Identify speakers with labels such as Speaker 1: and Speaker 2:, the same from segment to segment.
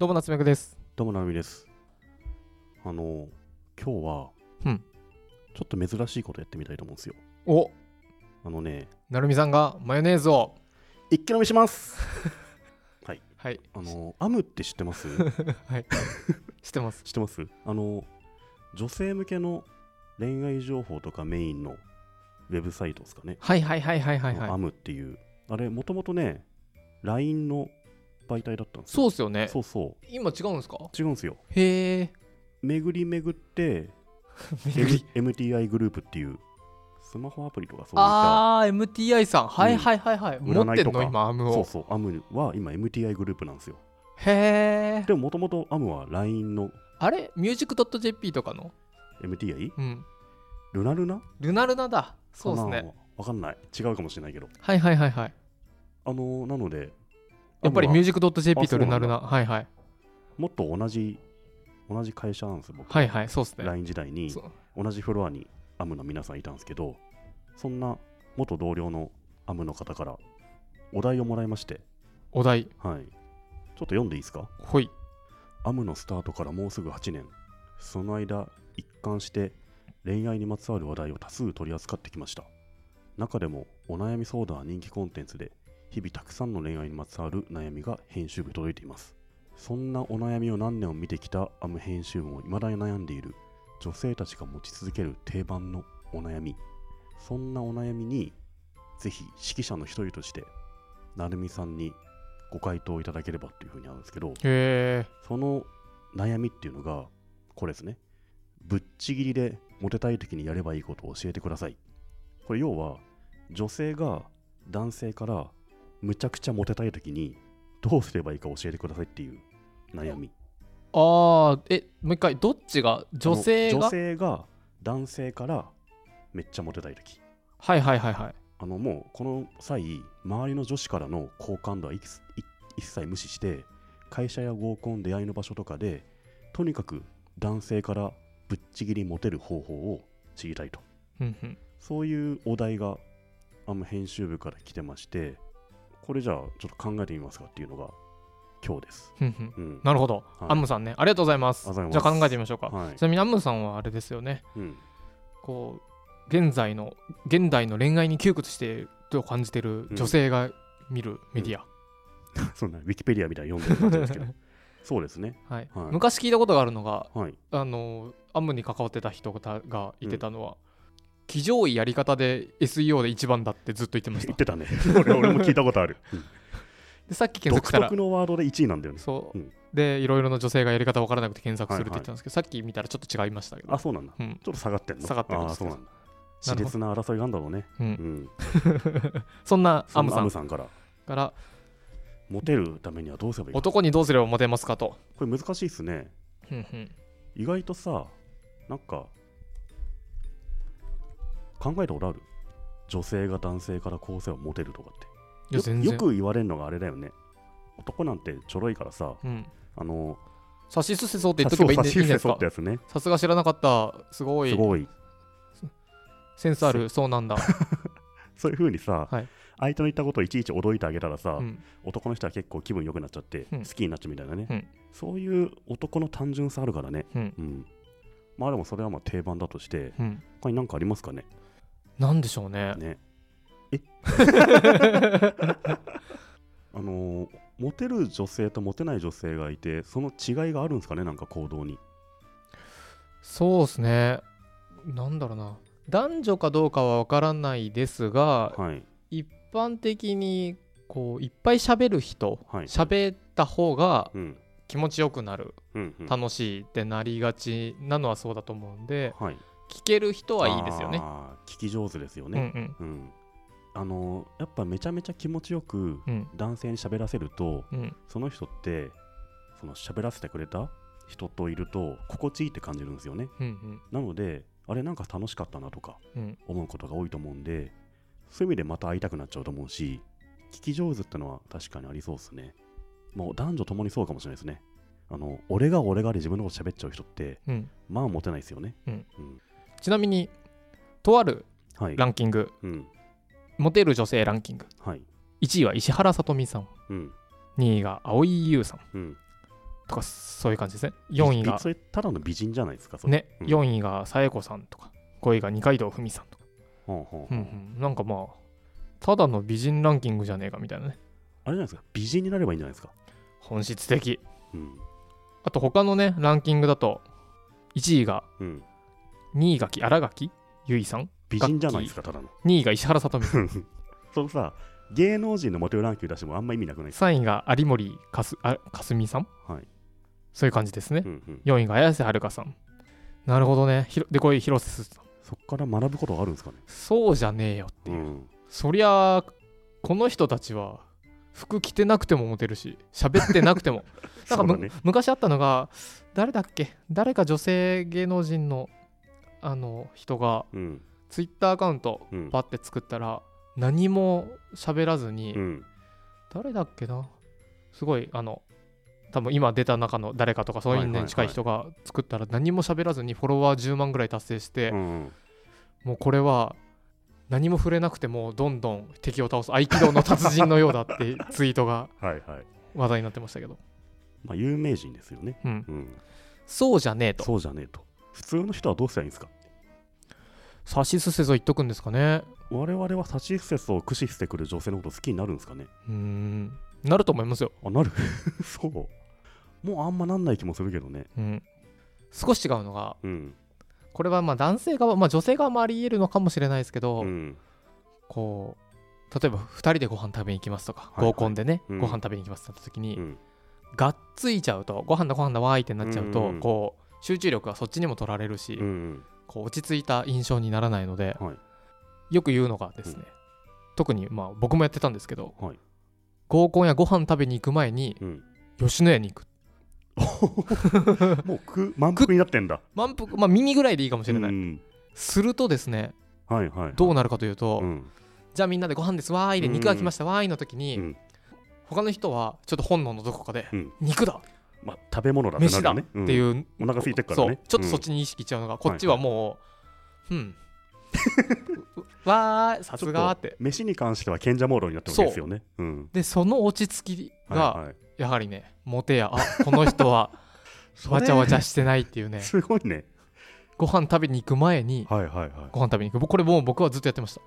Speaker 1: どうも夏目くです。
Speaker 2: どうも、なるみです。あの、今日は、
Speaker 1: うん
Speaker 2: ちょっと珍しいことやってみたいと思うんですよ。
Speaker 1: お、
Speaker 2: あのね、
Speaker 1: なるみさんがマヨネーズを。
Speaker 2: 一気飲みします
Speaker 1: はい。
Speaker 2: あの、アムって知ってます
Speaker 1: はい。知ってます。
Speaker 2: 知ってますあの、女性向けの恋愛情報とかメインのウェブサイトですかね。
Speaker 1: はいはいはいはいはい
Speaker 2: あの
Speaker 1: は
Speaker 2: ア
Speaker 1: い。
Speaker 2: ムっていう。あれ、もともとね、LINE の媒体だったんです
Speaker 1: そう
Speaker 2: よ。
Speaker 1: っすよね。
Speaker 2: そうそ
Speaker 1: 今違うんですか
Speaker 2: う。違うんですよ。
Speaker 1: へ え。
Speaker 2: 巡り巡って、
Speaker 1: り
Speaker 2: M- MTI グループっていう、スマホアプリとかそういった。
Speaker 1: あー、MTI さん。はいはいはいはい。
Speaker 2: 占い
Speaker 1: 持
Speaker 2: とか
Speaker 1: ってんの今、アム
Speaker 2: そう
Speaker 1: を。
Speaker 2: そう、アムは今 MTI グループなんですよ。
Speaker 1: へえ。
Speaker 2: でももともとアムは LINE の
Speaker 1: あれ ?music.jp とかの
Speaker 2: MTI?
Speaker 1: うん。
Speaker 2: ルナルナかな
Speaker 1: ルナルナだ。そうですね。。
Speaker 2: わかんない。違うかもしれないけど。
Speaker 1: はいはいはいはい。
Speaker 2: あのーなので、
Speaker 1: やっぱり
Speaker 2: アムは
Speaker 1: music.jp
Speaker 2: あ
Speaker 1: と
Speaker 2: そう
Speaker 1: ル
Speaker 2: なんだ
Speaker 1: ナルナ。はいはい。
Speaker 2: もっと同じ、同じ会社なんですよ、僕。
Speaker 1: はいはい。そうっすね。
Speaker 2: LINE 時代に
Speaker 1: そう
Speaker 2: 同じフロアにアムの皆さんいたんですけど、そんな元同僚のアムの方からお題をもらいまして、
Speaker 1: お題。
Speaker 2: はい。ちょっと読んでいいですか
Speaker 1: ほい。
Speaker 2: アムのスタートからもうすぐ8年その間一貫して恋愛にまつわる話題を多数取り扱ってきました中でもお悩み相談は人気コンテンツで日々たくさんの恋愛にまつわる悩みが編集部に届いていますそんなお悩みを何年も見てきたアム編集部も未だに悩んでいる女性たちが持ち続ける定番のお悩みそんなお悩みにぜひ指揮者の一人としてなるみさんにご回答いただければっていうふうにあるんですけど
Speaker 1: へえ。
Speaker 2: その悩みっていうのが、これですね。ぶっちぎりでモテたい時にやればいいことを教えてください。これ要は、女性が男性からむちゃくちゃモテたい時にどうすればいいか教えてくださいっていう悩み。
Speaker 1: あー、え、もう一回、どっちが女性
Speaker 2: あの
Speaker 1: が
Speaker 2: 女性が男性からめっちゃモテたい時。
Speaker 1: はいはいはいはい。
Speaker 2: あのもうこの際、周りの女子からの好感度はいくつい一切無視して、会社や合コン、出会いの場所とかで、とにかく男性からぶっちぎりモテる方法を知りたいと。
Speaker 1: うんうん。
Speaker 2: そういうお題が、あの編集部から来てまして、これじゃあちょっと考えてみますかっていうのが今日です。
Speaker 1: ふんふん
Speaker 2: うん。
Speaker 1: なるほど、
Speaker 2: はい
Speaker 1: アンムさんねありがとうございます
Speaker 2: ありがとうご
Speaker 1: じ
Speaker 2: ざ
Speaker 1: ゃあ
Speaker 2: います
Speaker 1: 考えてみましょうか、
Speaker 2: はい
Speaker 1: ち。なみにアンムさんはあれですよね
Speaker 2: うん。
Speaker 1: こう現在の現代の恋愛に窮屈していると感じている女性が見るメディア、
Speaker 2: そんな、ウィキペディアみたいに読んでる感 じですけど。そうですね。
Speaker 1: はい
Speaker 2: はい
Speaker 1: 昔聞いたことがあるのが
Speaker 2: はい。
Speaker 1: あのアンムに関わってた人が言ってたのは、騎乗位やり方で SEO で一番だってずっと言ってまし
Speaker 2: 言
Speaker 1: た
Speaker 2: ってたね。 俺俺も聞いたことある。うん
Speaker 1: でさっき検索
Speaker 2: 独
Speaker 1: したら
Speaker 2: 特のワードで1位なんだよね。
Speaker 1: そう、
Speaker 2: うん
Speaker 1: でいろいろな女性がやり方わからなくて検索するって
Speaker 2: は
Speaker 1: 言
Speaker 2: いはい
Speaker 1: ってたんですけど、さっき見たらちょっと違いましたけど
Speaker 2: あ、そうなんだ。
Speaker 1: うん
Speaker 2: ちょっと下がってんの
Speaker 1: 下がってる
Speaker 2: あ
Speaker 1: んで
Speaker 2: ー
Speaker 1: す
Speaker 2: そうなんだ。
Speaker 1: なるほ
Speaker 2: 熾
Speaker 1: ど
Speaker 2: 烈な争いがあるんだろうね。
Speaker 1: う、
Speaker 2: うんん。
Speaker 1: そんなア
Speaker 2: そ
Speaker 1: ム
Speaker 2: の
Speaker 1: さ
Speaker 2: ア
Speaker 1: ん
Speaker 2: ムさんから、
Speaker 1: から
Speaker 2: モテるためにはどうすればいいか。
Speaker 1: 男にどうすればモテますかと。
Speaker 2: これ難しいっすね。意外とさ、なんか、考えたことある女性が男性からこうすればモテるとかって。
Speaker 1: いや全
Speaker 2: よ
Speaker 1: 然
Speaker 2: よく言われるのがあれだよね。男なんてちょろいからさ、
Speaker 1: うん、
Speaker 2: あの、
Speaker 1: さしすせそうって言っとけばいいんでいいんです
Speaker 2: そう
Speaker 1: か
Speaker 2: ってやつね。
Speaker 1: さすが知らなかった、すご
Speaker 2: す
Speaker 1: い
Speaker 2: ごい。
Speaker 1: センスある、そうなんだ。
Speaker 2: そういうふうにさ、
Speaker 1: はい
Speaker 2: 相手の言ったことをいちいち驚いてあげたらさ、
Speaker 1: うん、
Speaker 2: 男の人は結構気分良くなっちゃって、
Speaker 1: うん
Speaker 2: 好きになっちゃうみたいなね、
Speaker 1: うん
Speaker 2: そういう男の単純さあるからね、
Speaker 1: うん、
Speaker 2: うん、まあでもそれはまあ定番だとして
Speaker 1: うん。
Speaker 2: 他に何かありますかね
Speaker 1: なんでしょうね。
Speaker 2: ねえ あのーモテる女性とモテない女性がいてその違いがあるんですかねなんか行動に
Speaker 1: そうですね。なんだろうな。男女かどうかは分からないですが、
Speaker 2: はい
Speaker 1: 一般的にこういっぱい喋る人、
Speaker 2: はい
Speaker 1: 喋った方が
Speaker 2: うん
Speaker 1: 気持ちよくなる、
Speaker 2: うんうん
Speaker 1: 楽しいってなりがちなのはそうだと思うんで、
Speaker 2: はい
Speaker 1: 聞ける人はいいですよね。
Speaker 2: あー聞き上手ですよね
Speaker 1: うんうん
Speaker 2: うん、あのーやっぱめちゃめちゃ気持ちよく
Speaker 1: うん
Speaker 2: 男性に喋らせると、
Speaker 1: うん、
Speaker 2: その人ってその喋らせてくれた人といると心地いいって感じるんですよね
Speaker 1: うん、うん、
Speaker 2: なのであれなんか楽しかったなとか
Speaker 1: うん。
Speaker 2: 思うことが多いと思うんでそういう意味でまた会いたくなっちゃうと思うし聞き上手ってのは確かにありそうですねもう男女ともにそうかもしれないですねあの俺が俺がで自分のこと喋っちゃう人って
Speaker 1: うん
Speaker 2: まあモテないですよね
Speaker 1: うんちなみに、とある
Speaker 2: はい
Speaker 1: ランキング、
Speaker 2: うん
Speaker 1: モテる女性ランキング、
Speaker 2: はい
Speaker 1: 1位は石原さとみさん、
Speaker 2: うん
Speaker 1: 2位が蒼井優さん、
Speaker 2: うん
Speaker 1: とかそういう感じですね4位
Speaker 2: び
Speaker 1: が
Speaker 2: それただの美人じゃないですか、それ。
Speaker 1: ね、
Speaker 2: うん
Speaker 1: 4位がさえこさんとか5位が二階堂ふみさんとか、
Speaker 2: ほうほう
Speaker 1: う
Speaker 2: ほうん
Speaker 1: うん、なんかまあただの美人ランキングじゃねえかみたいなね
Speaker 2: あれじゃないですか、美人になればいいんじゃないですか。
Speaker 1: 本質的
Speaker 2: うん。
Speaker 1: あと他のねランキングだと1位が
Speaker 2: うん、
Speaker 1: 新垣新垣結衣さん
Speaker 2: 美人じゃないですか、ただの。
Speaker 1: 2位が石原さとみさん
Speaker 2: そのさ、芸能人のモテるランキング出してもあんま意味なくないですか。
Speaker 1: 3位が有森かすあかすみさん
Speaker 2: はい。
Speaker 1: そういう感じですね
Speaker 2: うんうん、
Speaker 1: 4位が綾瀬はるかさんなるほどねひろでこれ広瀬すずさん
Speaker 2: そこから学ぶことがあるんですかね。
Speaker 1: そうじゃねえよって
Speaker 2: う
Speaker 1: いう、
Speaker 2: ん。
Speaker 1: そりゃあこの人たちは服着てなくてもモテるし喋ってなく てもなんかむ
Speaker 2: そうだね
Speaker 1: 昔あったのが誰だっけ誰か女性芸能人のあの人が
Speaker 2: うん。
Speaker 1: ツイッターアカウント
Speaker 2: うん。
Speaker 1: パッて作ったら何も喋らずに、
Speaker 2: うん。
Speaker 1: 誰だっけなすごいあの多分今出た中の誰かとかそういうのに近い人が作ったら何も喋らずにフォロワー10万ぐらい達成して、
Speaker 2: うん
Speaker 1: もうこれは何も触れなくてもどんどん敵を倒す合気道の達人のようだってツイートが
Speaker 2: はいはい。
Speaker 1: 話題になってましたけど、
Speaker 2: まあ、有名人ですよね。
Speaker 1: うん、
Speaker 2: うん。
Speaker 1: そうじゃねえと
Speaker 2: そうじゃねえと。普通の人はどうしたらいいんですか
Speaker 1: 指しすせぞ言っとくんですかね
Speaker 2: 我々はサチスセスを駆使してくる女性のこと好きになるんですかね
Speaker 1: うーんなると思いますよ、
Speaker 2: あ、なる そう。もうあんまなんない気もするけどね。
Speaker 1: うん、少し違うのが
Speaker 2: うん。
Speaker 1: これはまあ男性側、まあ、女性側もあり得るのかもしれないですけど、
Speaker 2: うん。
Speaker 1: こう例えば2人でご飯食べに行きますとか、
Speaker 2: いはい
Speaker 1: 合コンでね、
Speaker 2: うん
Speaker 1: ご飯食べに行きますってなった時に、
Speaker 2: うん
Speaker 1: がっついちゃうとご飯だご飯だわーいってなっちゃうと、
Speaker 2: うんうん
Speaker 1: こう集中力がそっちにも取られるし、
Speaker 2: うん。
Speaker 1: こう落ち着いた印象にならないので、
Speaker 2: はい
Speaker 1: よく言うのがですね、
Speaker 2: うん
Speaker 1: 特にまあ僕もやってたんですけど、
Speaker 2: はい
Speaker 1: 合コンやご飯食べに行く前に
Speaker 2: うん。
Speaker 1: 吉野家に行く
Speaker 2: もうく満腹になってんだ。
Speaker 1: 満腹まあミニぐらいでいいかもしれない、
Speaker 2: うん
Speaker 1: するとですね
Speaker 2: はいはい。
Speaker 1: どうなるかというと、
Speaker 2: うん
Speaker 1: じゃあみんなでご飯ですわーいで
Speaker 2: うん
Speaker 1: 肉が来ましたわーいの時に、
Speaker 2: うん
Speaker 1: 他の人はちょっと本能のどこかで、
Speaker 2: うん
Speaker 1: 肉だ
Speaker 2: まあ、食べ物だってな
Speaker 1: 飯
Speaker 2: るよ
Speaker 1: だ
Speaker 2: ね。。
Speaker 1: っていうう、
Speaker 2: お腹空いてっからね
Speaker 1: そうちょっとそっ
Speaker 2: うん
Speaker 1: ちに意識いっちゃうのが、こっちはもう、うん わーいさすがーって
Speaker 2: 飯に関しては賢者モードになってるわけですよね。うん。
Speaker 1: でその落ち着き
Speaker 2: はい
Speaker 1: が
Speaker 2: はい
Speaker 1: やはりねモテやあこの人 は
Speaker 2: それ
Speaker 1: わちゃわちゃしてないっていうね
Speaker 2: すごいね。
Speaker 1: ご飯食べに行く前に
Speaker 2: はいはいはい。
Speaker 1: ご飯食べに行くこれもう僕はずっとやってました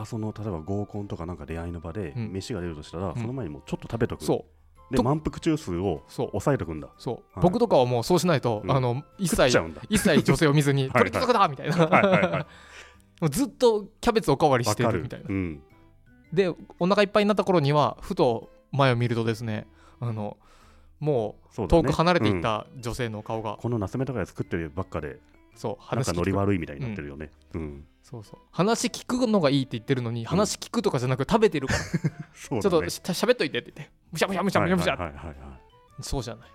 Speaker 2: あその例えば合コンとかなんか出会いの場で
Speaker 1: うん
Speaker 2: 飯が出るとしたら、
Speaker 1: ん
Speaker 2: その前にもうちょっと食べとく、
Speaker 1: そう
Speaker 2: で
Speaker 1: と
Speaker 2: 満腹中枢を
Speaker 1: そう
Speaker 2: 抑えとくんだ
Speaker 1: そう、
Speaker 2: い
Speaker 1: 僕とかはもうそうしないと、
Speaker 2: うん
Speaker 1: あの一
Speaker 2: 食っちゃ
Speaker 1: 切
Speaker 2: うんだ
Speaker 1: 一切女性を見ずに「
Speaker 2: はい
Speaker 1: こ
Speaker 2: はい
Speaker 1: れ届くだ!」みたいな
Speaker 2: はいはいはい
Speaker 1: もうずっとキャベツおかわりし
Speaker 2: わ
Speaker 1: て
Speaker 2: か
Speaker 1: る
Speaker 2: る
Speaker 1: みたいな
Speaker 2: うん、
Speaker 1: でお腹いっぱいになった頃にはふと前を見るとですねあのも
Speaker 2: そう
Speaker 1: う
Speaker 2: だね
Speaker 1: 遠く離れていっ
Speaker 2: うん
Speaker 1: た女性の顔が、
Speaker 2: このナスメとかで作ってるばっかで
Speaker 1: そう
Speaker 2: なん
Speaker 1: 話
Speaker 2: か
Speaker 1: 聞
Speaker 2: ノ
Speaker 1: く
Speaker 2: リ悪いみたいになってるよね、うん
Speaker 1: そうそう話聞くのがいいって言ってるのに話聞くとかじゃなく食べてるから、
Speaker 2: そう
Speaker 1: ちょっ
Speaker 2: だ
Speaker 1: と
Speaker 2: ね
Speaker 1: しゃべっといてって言ってむしゃむしゃむしゃむしゃむしゃ
Speaker 2: はいはいはいはいは
Speaker 1: そうじゃない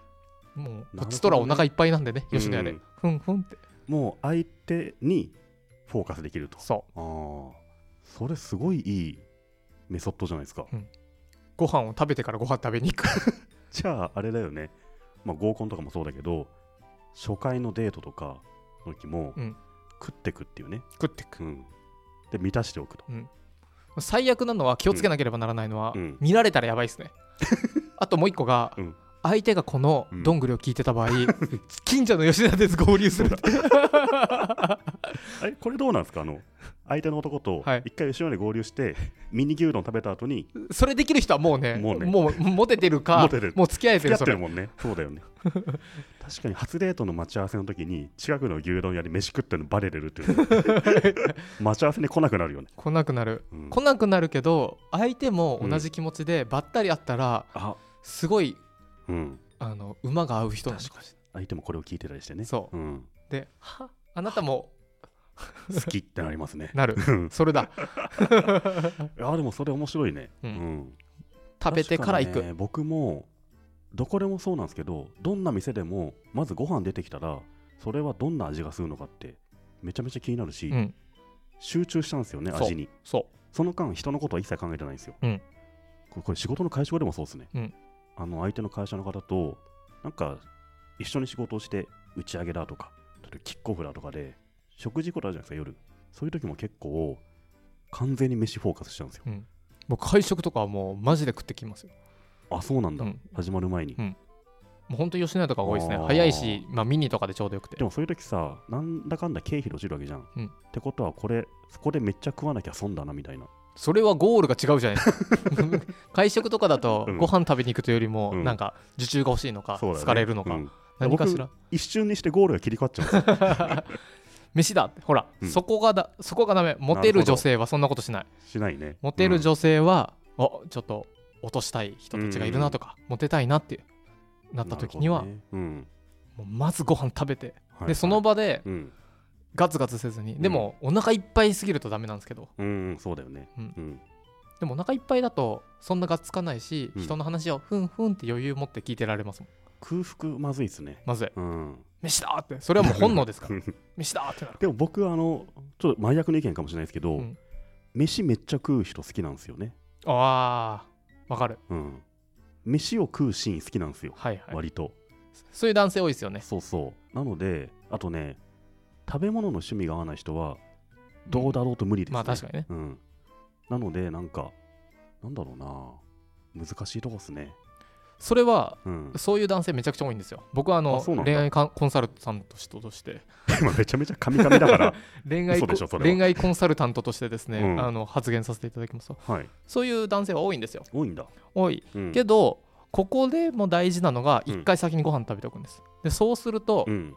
Speaker 1: もう
Speaker 2: ね
Speaker 1: こっちとらお腹いっぱいなんでね
Speaker 2: い
Speaker 1: 吉野家
Speaker 2: う
Speaker 1: で
Speaker 2: ん
Speaker 1: ふんふんって
Speaker 2: もう相手にフォーカスできると
Speaker 1: そう
Speaker 2: あーそれすごいいいメソッドじゃないですか
Speaker 1: ご飯を食べてからご飯食べに行く
Speaker 2: じゃああれだよね、まあ、合コンとかもそうだけど初回のデートとかの時も、
Speaker 1: うん
Speaker 2: 食ってくっていうね、
Speaker 1: 食ってく
Speaker 2: うん、で満たしておくと
Speaker 1: 最悪なのは気をつけなければならないのは、
Speaker 2: うん
Speaker 1: 見られたらやばいです ねあともう一個が、
Speaker 2: うん
Speaker 1: 相手がこの
Speaker 2: うん
Speaker 1: どんぐりを聞いてた場合、 近所の吉田です合流する って
Speaker 2: あれこれどうなんですかあの相手の男と
Speaker 1: はい
Speaker 2: 一回後ろに合流してミニ牛丼食べた 後に
Speaker 1: それできる人はもうね
Speaker 2: もうね
Speaker 1: モテてるか
Speaker 2: モテてる
Speaker 1: もう付き合えて
Speaker 2: 付
Speaker 1: る
Speaker 2: き合って
Speaker 1: それ
Speaker 2: るもんねそう だよね確かに初デートの待ち合わせの時に近くの牛丼屋で飯食ってるのバレれるっていう ね待ち合わせに来なくなるよね、
Speaker 1: 来なくなる
Speaker 2: うん
Speaker 1: 来なくなるけど相手も同じ気持ちでばったり会ったら
Speaker 2: あ
Speaker 1: すごい
Speaker 2: うん
Speaker 1: あの馬が合う人なの
Speaker 2: 確相手もこれを聞いてたりしてね
Speaker 1: そ
Speaker 2: ん、
Speaker 1: ではあなたも
Speaker 2: 好きってなりますね
Speaker 1: なるそれだ
Speaker 2: あでもそれ面白いね、
Speaker 1: うん
Speaker 2: ん
Speaker 1: 食べてから行
Speaker 2: 確
Speaker 1: く、
Speaker 2: にね僕もどこでもそうなんですけどどんな店でもまずご飯出てきたらそれはどんな味がするのかってめちゃめちゃ気になるし、
Speaker 1: うん
Speaker 2: 集中したんですよね
Speaker 1: そう
Speaker 2: 味に
Speaker 1: そ
Speaker 2: その間人のことは一切考えてないんですよ、
Speaker 1: うん
Speaker 2: これこれ仕事の会社でもそうですね、
Speaker 1: うん
Speaker 2: あの相手の会社の方となんか一緒に仕事をして打ち上げだとか例えばキックオフだとかで食事ことあるじゃないですか夜そういう時も結構完全に飯フォーカスしちゃうんですよ
Speaker 1: う、うん、もう会食とかはもうマジで食ってきますよ
Speaker 2: あそうなんだ、
Speaker 1: うん
Speaker 2: 始まる前に、
Speaker 1: うんもう本当吉野家とかが多いですね
Speaker 2: あー
Speaker 1: 早いし、まあ、ミニとかでちょうどよくて
Speaker 2: でもそういう時さなんだかんだ経費で落ちるわけじゃん、
Speaker 1: うん
Speaker 2: ってことはこれそこでめっちゃ食わなきゃ損だなみたいな
Speaker 1: それはゴールが違うじゃないですか 会食とかだと
Speaker 2: うん
Speaker 1: ご飯食べに行くというよりも、
Speaker 2: うん
Speaker 1: なんか受注が欲しいのか、
Speaker 2: そうだよね
Speaker 1: 疲れるのか、
Speaker 2: うん
Speaker 1: 何かしら
Speaker 2: 一瞬にしてゴールが切り替わっちゃうんですよ
Speaker 1: 飯だってほら、
Speaker 2: うん
Speaker 1: そこがだそこがダメモテる女性はそんなことしない
Speaker 2: しないね
Speaker 1: モテる
Speaker 2: うん
Speaker 1: 女性は、あちょっと落としたい人たちがいるなとか、モテたいなってなった時には、
Speaker 2: なるほどねうん
Speaker 1: もうまずご飯食べて、
Speaker 2: はいはい
Speaker 1: でその場で
Speaker 2: うん
Speaker 1: ガツガツせずに、
Speaker 2: ん
Speaker 1: でもお腹いっぱいすぎるとダメなんですけど
Speaker 2: うんうんそうだよね
Speaker 1: う
Speaker 2: うんん
Speaker 1: でもお腹いっぱいだとそんながっつかないし、
Speaker 2: うん
Speaker 1: 人の話をふんふんって余裕持って聞いてられますもん
Speaker 2: 空腹まずいっすね
Speaker 1: まずい
Speaker 2: うん
Speaker 1: 飯だってそれはもう本能ですから
Speaker 2: うん
Speaker 1: 飯だってな る
Speaker 2: でも僕あのちょっと真逆の意見かもしれないですけど、
Speaker 1: うん
Speaker 2: 飯めっちゃ食う人好きなんですよね
Speaker 1: あーわかる
Speaker 2: うん飯を食うシーン好きなんですよ、
Speaker 1: はいはい
Speaker 2: 割と
Speaker 1: そういう男性多いですよね
Speaker 2: そうそうなのであとね食べ物の趣味が合わない人はどうだろうと無理です、ね
Speaker 1: まあ確かにね
Speaker 2: うん、なのでなんかなんだろうな難しいとこっすね
Speaker 1: それは
Speaker 2: うん
Speaker 1: そういう男性めちゃくちゃ多いんですよ僕はあ
Speaker 2: あ
Speaker 1: の
Speaker 2: そうなんだ
Speaker 1: 恋愛かんコンサルタントとして
Speaker 2: 今めちゃめちゃカミカミだから
Speaker 1: 恋愛
Speaker 2: 嘘でしょそれは
Speaker 1: 恋愛コンサルタントとしてですね、
Speaker 2: うん
Speaker 1: あの発言させていただきますと
Speaker 2: はい
Speaker 1: そういう男性は多いんですよ
Speaker 2: 多いんだ、
Speaker 1: 多い
Speaker 2: うん、
Speaker 1: けどここでも大事なのが
Speaker 2: うん
Speaker 1: 一回先にご飯食べておくんです、でそうすると
Speaker 2: うん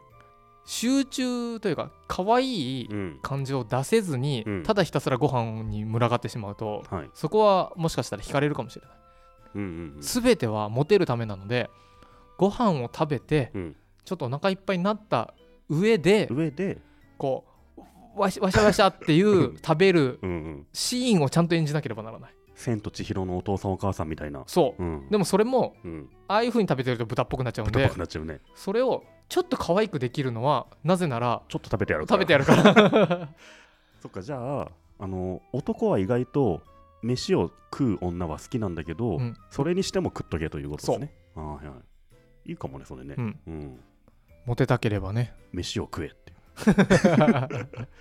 Speaker 1: 集中というか可愛い
Speaker 2: うん
Speaker 1: 感じを出せずに、
Speaker 2: うん
Speaker 1: ただひたすらご飯に群がってしまうと
Speaker 2: はい
Speaker 1: そこはもしかしたら惹かれるかもしれない、
Speaker 2: うんうん
Speaker 1: 全てはモテるためなのでご飯を食べて
Speaker 2: うん、
Speaker 1: ちょっとお腹いっぱいになった上で
Speaker 2: うん、上で
Speaker 1: こうわしわしゃわしゃっていう食べる
Speaker 2: うんうん
Speaker 1: シーンをちゃんと演じなければならない
Speaker 2: 千と千尋のお父さんお母さんみたいな
Speaker 1: そう
Speaker 2: うん
Speaker 1: でもそれも
Speaker 2: うん
Speaker 1: ああいう風に食べてると豚っぽくなっちゃうん
Speaker 2: 豚っ
Speaker 1: で
Speaker 2: ぽくなっちゃうね
Speaker 1: それをちょっと可愛くできるのはなぜなら
Speaker 2: ちょっと食べてやる
Speaker 1: 食べてや
Speaker 2: る
Speaker 1: るから
Speaker 2: そっかじゃああの男は意外と飯を食う女は好きなんだけ
Speaker 1: う
Speaker 2: ど、
Speaker 1: ん
Speaker 2: それにしても食っとけということですねあーはいはいいいかもねそれね
Speaker 1: う、ん
Speaker 2: うん、
Speaker 1: モテたければね
Speaker 2: 飯を食えって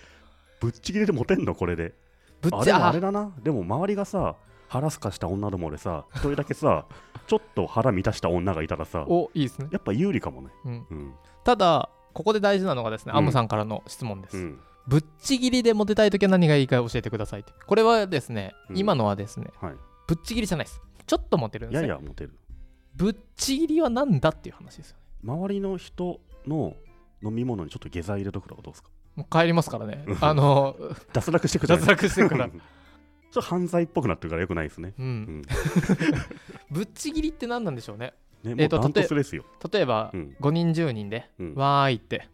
Speaker 2: ぶっちぎりでモテんのこれで
Speaker 1: ぶっ
Speaker 2: あ
Speaker 1: ち
Speaker 2: でも
Speaker 1: ゃ
Speaker 2: あれだなでも周りがさ腹すかした女どもでさ一人だけさちょっと腹満たした女がいたらさ
Speaker 1: おいいですね、
Speaker 2: やっぱ有利かもね
Speaker 1: うん、
Speaker 2: うん
Speaker 1: ただここで大事なのがですね、
Speaker 2: うん
Speaker 1: アムさんからの質問です、
Speaker 2: うん
Speaker 1: ぶっちぎりでモテたい時は何がいいか教えてくださいってこれはですね、
Speaker 2: うん
Speaker 1: 今のはですね
Speaker 2: はい
Speaker 1: ぶっちぎりじゃないですちょっとモテるんです
Speaker 2: や
Speaker 1: ね
Speaker 2: やモテる
Speaker 1: ぶっちぎりはなんだっていう話ですよね
Speaker 2: 周りの人の飲み物にちょっと下剤入れとくとかどうですか
Speaker 1: もう帰りますからねあの
Speaker 2: 脱落 してくじゃない
Speaker 1: 脱落してから
Speaker 2: うんちょっと犯罪っぽくなってるからよくないですね。
Speaker 1: う
Speaker 2: うんん、
Speaker 1: ぶっちぎりって何なんでしょうね
Speaker 2: ね、も
Speaker 1: え
Speaker 2: う
Speaker 1: ーと
Speaker 2: ダントツですよ。
Speaker 1: 例えば
Speaker 2: うん
Speaker 1: 5人10人で
Speaker 2: うん
Speaker 1: わーいって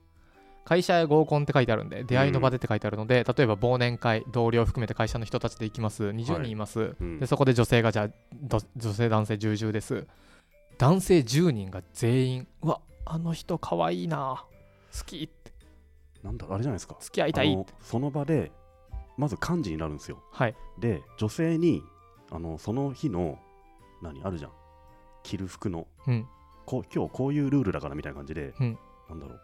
Speaker 1: 会社や合コンって書いてあるんで出会いの場でって書いてあるので、例えば忘年会同僚含めて会社の人たちで行きます20人います、
Speaker 2: うん
Speaker 1: でそこで女性がじゃあど女性男性重々です男性10人が全員うわあの人かわいいな好き
Speaker 2: なんだろうあれじゃないですか。
Speaker 1: 付き合いたい
Speaker 2: あのその場でまず漢字になるんですよ。
Speaker 1: はい
Speaker 2: で女性にあのその日の何あるじゃん着る服の
Speaker 1: うん
Speaker 2: こ今日こういうルールだからみたいな感じで、
Speaker 1: うん
Speaker 2: なんだろう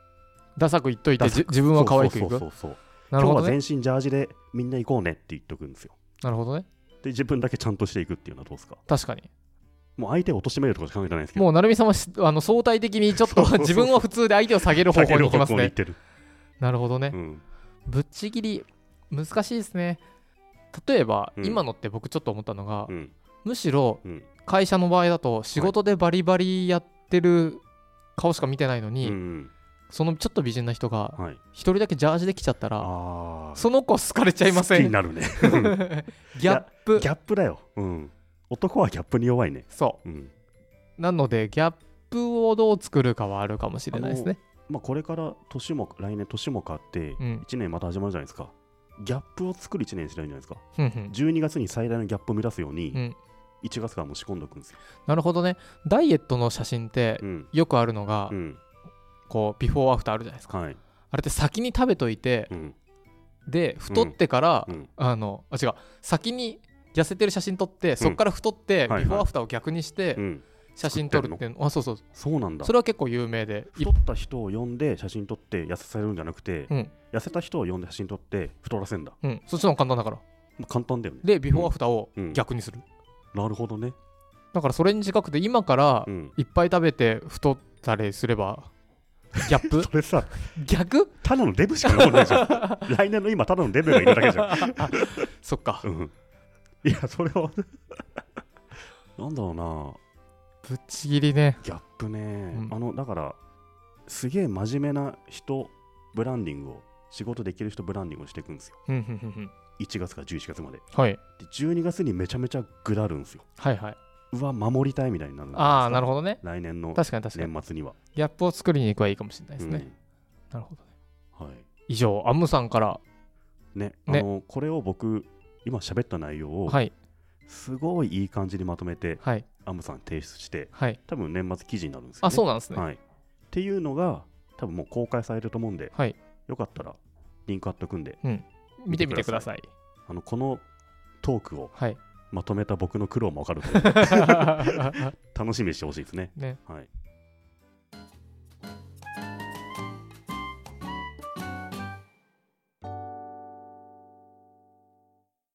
Speaker 1: ダサく言っといて
Speaker 2: ダサ
Speaker 1: じ自分は可愛く
Speaker 2: そ
Speaker 1: いう
Speaker 2: そうそ
Speaker 1: く
Speaker 2: うそう
Speaker 1: なる
Speaker 2: 今日
Speaker 1: ほ
Speaker 2: は
Speaker 1: ど
Speaker 2: 全
Speaker 1: ね
Speaker 2: 身ジャージでみんな行こうねって言っとくんですよ。
Speaker 1: なるほどね
Speaker 2: で自分だけちゃんとしていくっていうのはどうですか
Speaker 1: 確かに
Speaker 2: もう相手を貶としめるとかしか考えてないですけど。
Speaker 1: もう成美さんはしあの相対的にちょっと
Speaker 2: そうそうそう
Speaker 1: 自分は普通で相手を下げる方法に行きます
Speaker 2: 下げる方向に行
Speaker 1: ね
Speaker 2: ってる。
Speaker 1: なるほどね、
Speaker 2: うん
Speaker 1: ぶっちぎり難しいですね例えば、
Speaker 2: うん
Speaker 1: 今のって僕ちょっと思ったのが、
Speaker 2: うん
Speaker 1: むしろ
Speaker 2: うん
Speaker 1: 会社の場合だと仕事でバリバリやってる顔しか見てないの
Speaker 2: う
Speaker 1: に、
Speaker 2: ん
Speaker 1: そのちょっと美人な人が
Speaker 2: はい。
Speaker 1: 一人だけジャージで来ちゃったら
Speaker 2: ああ。
Speaker 1: その子好かれちゃいませ
Speaker 2: 好き
Speaker 1: ん
Speaker 2: になるね。
Speaker 1: ギャップ
Speaker 2: ギャップだよ。うん。男はギャップに弱いね。
Speaker 1: そ
Speaker 2: うん。
Speaker 1: うなのでギャップをどう作るかはあるかもしれないですね
Speaker 2: まあこれから年も来年年も変わって
Speaker 1: うん
Speaker 2: 1年また始まるじゃないですか。ギャップを作る1年にしたらいいんじゃないですか。
Speaker 1: ふんふん
Speaker 2: 12月に最大のギャップを目指すように
Speaker 1: うん
Speaker 2: 1月からもう仕込んでおくんですよ。
Speaker 1: なるほどねダイエットの写真って
Speaker 2: うん。
Speaker 1: よくあるのが、
Speaker 2: うん。
Speaker 1: こうビフォーアフターあるじゃないですか
Speaker 2: はい。
Speaker 1: あれって先に食べといて
Speaker 2: うん。
Speaker 1: で太ってから、
Speaker 2: うん。
Speaker 1: あのあ違う先に痩せてる写真撮ってそこから太って、
Speaker 2: はいはい
Speaker 1: ビフォーアフターを逆にして
Speaker 2: うん。
Speaker 1: 写真撮るっていうの,、あそうそう
Speaker 2: そうなんだ
Speaker 1: そ。れは結構有名でい
Speaker 2: 太った人を呼んで写真撮って痩せさせるんじゃなくて、
Speaker 1: うん
Speaker 2: 痩せた人を呼んで写真撮って太らせんだ。
Speaker 1: うん、そっちの方が簡単だから
Speaker 2: まあ簡単だよね。
Speaker 1: でビフォーアフターを
Speaker 2: うん
Speaker 1: 逆にする、
Speaker 2: なるほどね。
Speaker 1: だからそれに近くて今から
Speaker 2: うん。
Speaker 1: いっぱい食べて太ったりすればギャッ プ
Speaker 2: それさ、
Speaker 1: 逆
Speaker 2: ただのデブしか残んないじゃ ん。来年の今、ただのデブがいるだけじゃん。
Speaker 1: そっか
Speaker 2: うん、いや、それは。なんだろうな、
Speaker 1: ぶっちぎりね
Speaker 2: ギャップね、
Speaker 1: うん
Speaker 2: あのだからすげえ真面目な人ブランディングを仕事できる人ブランディングをしていくんですよ
Speaker 1: うんうんうんうん
Speaker 2: 1月から11月まで
Speaker 1: はい
Speaker 2: で12月にめちゃめちゃグラるんですよ
Speaker 1: はいはいう
Speaker 2: わ守りたいみたいになるんです
Speaker 1: ああなる
Speaker 2: ほ
Speaker 1: ほどね
Speaker 2: ど来年の
Speaker 1: 確かに確かに
Speaker 2: 年末には
Speaker 1: ギャップを作りに行くはいいかもしれないですね、なるほどね
Speaker 2: うんはい
Speaker 1: 以上アムさんから
Speaker 2: ねあ
Speaker 1: ね
Speaker 2: のこれを僕今喋った内容を
Speaker 1: はい
Speaker 2: すごいいい感じにまとめて
Speaker 1: はい
Speaker 2: アムさんに提出して
Speaker 1: はい
Speaker 2: 多分年末記事になるんですよ、ね、
Speaker 1: あそうなんですね
Speaker 2: はい、っていうのが多分もう公開されると思うんで、
Speaker 1: はい
Speaker 2: よかったらリンク貼っとくんで
Speaker 1: 見てみてください
Speaker 2: あのこのトークを
Speaker 1: はい
Speaker 2: まとめた僕の苦労も分かると思う楽しみにしてほしいですね。
Speaker 1: ね
Speaker 2: はい、